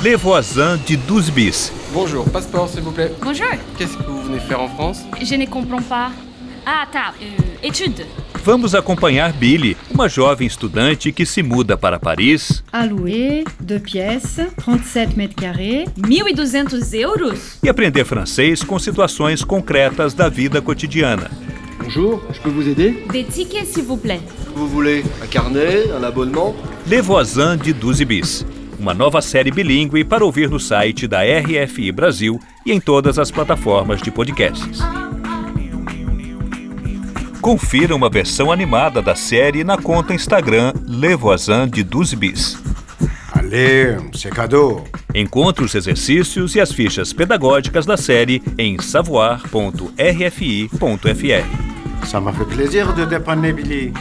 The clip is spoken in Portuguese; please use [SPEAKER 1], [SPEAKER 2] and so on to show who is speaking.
[SPEAKER 1] Levoisin de 12 bis.
[SPEAKER 2] Bonjour, passeport s'il vous plaît.
[SPEAKER 3] Bonjour,
[SPEAKER 2] Qu'est-ce que vous venez faire en France
[SPEAKER 3] je ne comprends pas. Ah, tá. eh, étude.
[SPEAKER 1] Vamos acompanhar Billy, uma jovem estudante que se muda para Paris
[SPEAKER 4] À louer, deux pièces, 37 mètres carrés.
[SPEAKER 3] 1.200 euros?
[SPEAKER 1] e aprender francês com situações concretas da vida cotidiana.
[SPEAKER 5] Bonjour, je peux vous aider
[SPEAKER 3] Des tickets, s'il vous plaît.
[SPEAKER 6] Vous voulez un carnet, un abonnement
[SPEAKER 1] Levoisin de 12 bis. Uma nova série bilíngue para ouvir no site da RFI Brasil e em todas as plataformas de podcasts. Confira uma versão animada da série na conta Instagram Levoisin de 12 bis.
[SPEAKER 7] Allez, c'est cadeau.
[SPEAKER 1] Encontre os exercícios e as fichas pedagógicas da série em savoir.rfi.fr.
[SPEAKER 7] Ça m'a fait plaisir de dépanner Billy.